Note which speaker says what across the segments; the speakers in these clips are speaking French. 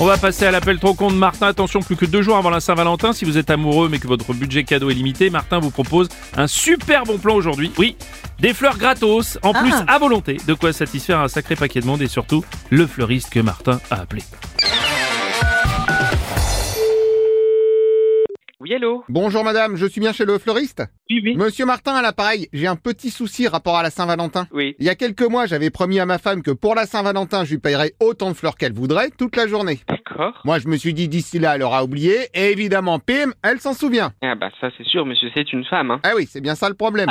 Speaker 1: On va passer à l'appel trop con de Martin. Attention, plus que deux jours avant la Saint-Valentin, si vous êtes amoureux mais que votre budget cadeau est limité, Martin vous propose un super bon plan aujourd'hui. Oui, des fleurs gratos, en plus à volonté, de quoi satisfaire un sacré paquet de monde et surtout le fleuriste que Martin a appelé.
Speaker 2: Oui, hello.
Speaker 3: Bonjour madame, je suis bien chez le fleuriste
Speaker 2: Oui, oui.
Speaker 3: Monsieur Martin à l'appareil, j'ai un petit souci rapport à la Saint-Valentin.
Speaker 2: Oui.
Speaker 3: Il y a quelques mois, j'avais promis à ma femme que pour la Saint-Valentin, je lui payerais autant de fleurs qu'elle voudrait toute la journée.
Speaker 2: D'accord.
Speaker 3: Moi, je me suis dit d'ici là, elle aura oublié et évidemment, pim, elle s'en souvient.
Speaker 2: Ah bah ça c'est sûr, monsieur, c'est une femme. Hein.
Speaker 3: Ah oui, c'est bien ça le problème.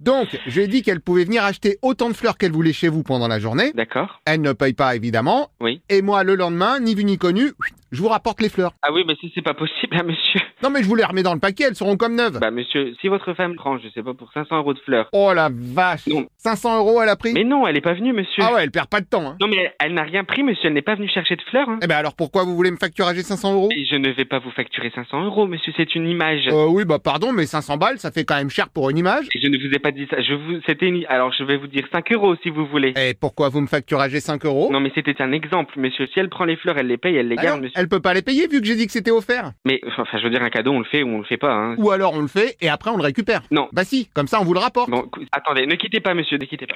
Speaker 3: Donc, j'ai dit qu'elle pouvait venir acheter autant de fleurs qu'elle voulait chez vous pendant la journée.
Speaker 2: D'accord.
Speaker 3: Elle ne paye pas, évidemment.
Speaker 2: Oui.
Speaker 3: Et moi, le lendemain, ni vu ni connu, je vous rapporte les fleurs.
Speaker 2: Ah oui, mais si c'est pas possible, hein, monsieur.
Speaker 3: Non, mais je vous les remets dans le paquet, elles seront comme neuves.
Speaker 2: Bah monsieur, si votre femme prend, je sais pas, pour 500 euros de fleurs.
Speaker 3: Oh la vache
Speaker 2: Non.
Speaker 3: 500 euros, elle a pris
Speaker 2: Mais non, elle est pas venue, monsieur.
Speaker 3: Ah ouais, elle perd pas de temps. Hein.
Speaker 2: Non mais elle, elle n'a rien pris, monsieur. Elle n'est pas venue chercher de fleurs. Hein.
Speaker 3: Eh ben alors pourquoi vous voulez me facturer 500 euros
Speaker 2: Et je ne vais pas vous facturer 500 euros, monsieur. C'est une image.
Speaker 3: euh, Oui, bah pardon, mais 500 balles, ça fait quand même cher pour une image.
Speaker 2: Et je ne vous ai pas dit ça. Je vous, c'était une. Alors je vais vous dire 5 euros si vous voulez.
Speaker 3: Et pourquoi vous me facturagez 5 euros
Speaker 2: Non mais c'était un exemple, monsieur. Si elle prend les fleurs, elle les paye, elle les
Speaker 3: Ah
Speaker 2: garde,
Speaker 3: non,
Speaker 2: monsieur.
Speaker 3: Elle peut pas les payer vu que j'ai dit que c'était offert.
Speaker 2: Mais enfin, je veux dire, un cadeau, on le fait ou on le fait pas. Hein.
Speaker 3: Ou alors on le fait et après on le récupère.
Speaker 2: Non.
Speaker 3: Bah si, comme ça on vous le rapporte.
Speaker 2: Bon, cou- attendez, ne quittez pas, monsieur. Ne quittez pas.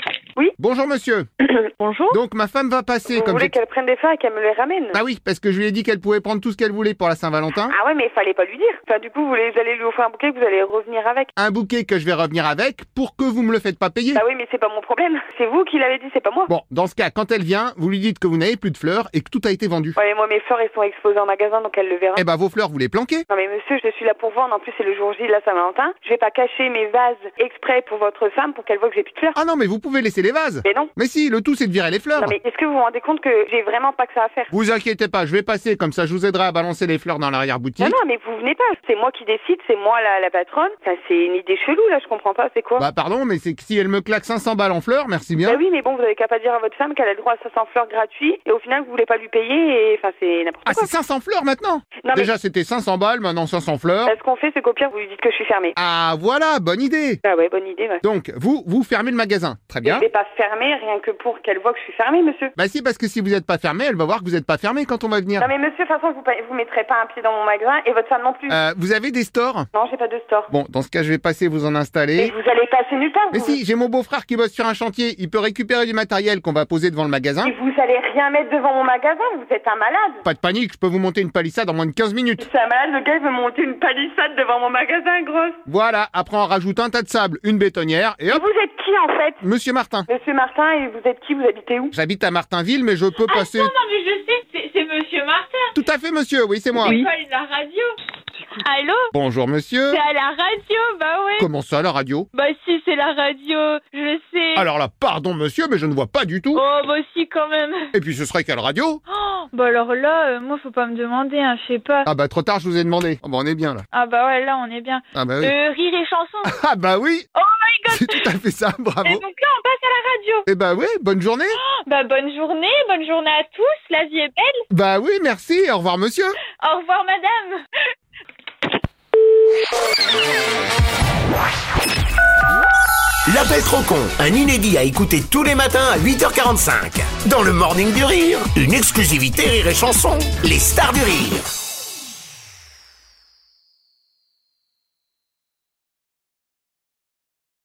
Speaker 3: Bonjour monsieur.
Speaker 4: Bonjour.
Speaker 3: Donc ma femme va passer
Speaker 4: Vous
Speaker 3: comme
Speaker 4: voulez
Speaker 3: j'ai-
Speaker 4: qu'elle prenne des fleurs et qu'elle me les ramène
Speaker 3: Bah oui, parce que je lui ai dit qu'elle pouvait prendre tout ce qu'elle voulait pour la Saint-Valentin.
Speaker 4: Ah ouais, mais il fallait pas lui dire. Enfin, du coup, vous, les- vous allez lui offrir un bouquet que vous allez revenir avec.
Speaker 3: Un bouquet que je vais revenir avec pour que vous me le faites pas payer.
Speaker 4: Bah oui, mais c'est pas mon problème. C'est vous qui l'avez dit, c'est pas moi.
Speaker 3: Bon, dans ce cas, quand elle vient, vous lui dites que vous n'avez plus de fleurs et que tout a été vendu.
Speaker 4: Ouais, mais moi, mes fleurs, elles sont exposées en magasin, donc elle le verra.
Speaker 3: Eh bah vos fleurs, vous les planquez.
Speaker 4: Non mais monsieur, je suis là pour vendre. En plus, c'est le jour J de la Saint-Valentin. Je vais pas cacher mes vases exprès pour votre femme pour qu'elle voit que j'ai plus de fleurs.
Speaker 3: Ah non, mais vous pouvez laisser les vases.
Speaker 4: Mais non.
Speaker 3: Mais si, le tout c'est de virer les fleurs.
Speaker 4: Non mais est-ce que vous vous rendez compte que j'ai vraiment pas que ça à faire
Speaker 3: Vous inquiétez pas, je vais passer, comme ça je vous aiderai à balancer les fleurs dans
Speaker 4: Non,
Speaker 3: l'arrière-boutique.
Speaker 4: non, mais vous venez pas. C'est moi qui décide, c'est moi la, la patronne. Enfin, c'est une idée chelou là, je comprends pas. C'est quoi
Speaker 3: Bah pardon, mais c'est que si elle me claque 500 balles en fleurs, merci bien.
Speaker 4: Bah oui, mais bon, vous avez qu'à pas dire à votre femme qu'elle a le droit à 500 fleurs gratuits et au final, vous voulez pas lui payer et enfin, c'est n'importe
Speaker 3: Ah
Speaker 4: quoi.
Speaker 3: c'est 500 fleurs maintenant
Speaker 4: Non, mais
Speaker 3: Déjà c'était 500 balles, maintenant 500 fleurs.
Speaker 4: bah, ce qu'on fait, c'est qu'au pire, vous lui dites que je suis fermée.
Speaker 3: Ah voilà, bonne idée
Speaker 4: Ah ouais, bonne idée, ouais.
Speaker 3: Donc vous, vous fermez le magasin, très
Speaker 4: Je
Speaker 3: bien.
Speaker 4: vais pas fermer rien que pour qu'elle voit que je suis fermée, monsieur.
Speaker 3: Bah si, parce que si vous n'êtes pas fermé, elle va voir que vous n'êtes pas fermé quand on va venir.
Speaker 4: Non, mais monsieur, de toute façon, vous, pa- vous mettrez pas un pied dans mon magasin et votre femme non plus.
Speaker 3: Euh, vous avez des stores
Speaker 4: Non, j'ai pas de store.
Speaker 3: Bon, dans ce cas, je vais passer vous en
Speaker 4: Mais
Speaker 3: installer.
Speaker 4: vous allez passer nulle part.
Speaker 3: Mais
Speaker 4: vous.
Speaker 3: si, j'ai mon beau-frère qui bosse sur un chantier, il peut récupérer du matériel qu'on va poser devant le magasin.
Speaker 4: Et vous allez rien mettre devant mon magasin, vous êtes un malade.
Speaker 3: Pas de panique, je peux vous monter une palissade en moins de 15 minutes.
Speaker 4: C'est un malade, le gars, il veut monter une palissade devant mon magasin, grosse.
Speaker 3: Voilà, après on rajoute un tas de sable, une bétonnière, et
Speaker 4: Et
Speaker 3: hop,
Speaker 4: vous êtes qui, en fait
Speaker 3: Monsieur Martin.
Speaker 4: Monsieur Martin, et vous êtes qui Vous habitez où
Speaker 3: J'habite à Martinville, mais je peux passer...
Speaker 5: Non, mais je sais, c'est- c'est Monsieur Martin,
Speaker 3: Tout à fait, monsieur, oui, c'est moi.
Speaker 2: Oui.
Speaker 5: Paul, la radio. Allô
Speaker 3: Bonjour, monsieur.
Speaker 5: C'est à la radio, bah ouais.
Speaker 3: Comment ça, la radio
Speaker 5: Bah si, c'est la radio, je sais.
Speaker 3: Alors là, pardon, monsieur, mais je ne vois pas du tout.
Speaker 5: Oh, bah si, quand même.
Speaker 3: Et puis ce serait quelle radio
Speaker 5: Oh, bah alors là, euh, moi, faut pas me demander, hein, je sais pas.
Speaker 3: Ah bah, trop tard, je vous ai demandé. Ah bah, on est bien, là.
Speaker 5: Ah bah ouais, là, on est bien.
Speaker 3: Ah bah oui.
Speaker 5: Euh, rire et chanson.
Speaker 3: Ah bah oui
Speaker 5: Oh my god
Speaker 3: C'est tout à fait ça,
Speaker 5: Et
Speaker 3: bravo.
Speaker 5: donc là, on passe à la radio.
Speaker 3: Eh bah oui, bonne journée.
Speaker 5: Oh, Bah bonne journée, bonne journée à tous, la vie est belle.
Speaker 3: Bah oui, merci, au revoir, monsieur.
Speaker 5: Au revoir, madame.
Speaker 6: L'appel trop con, un inédit à écouter tous les matins à 8h45. Dans le Morning du Rire, une exclusivité Rire et Chanson, les stars du rire.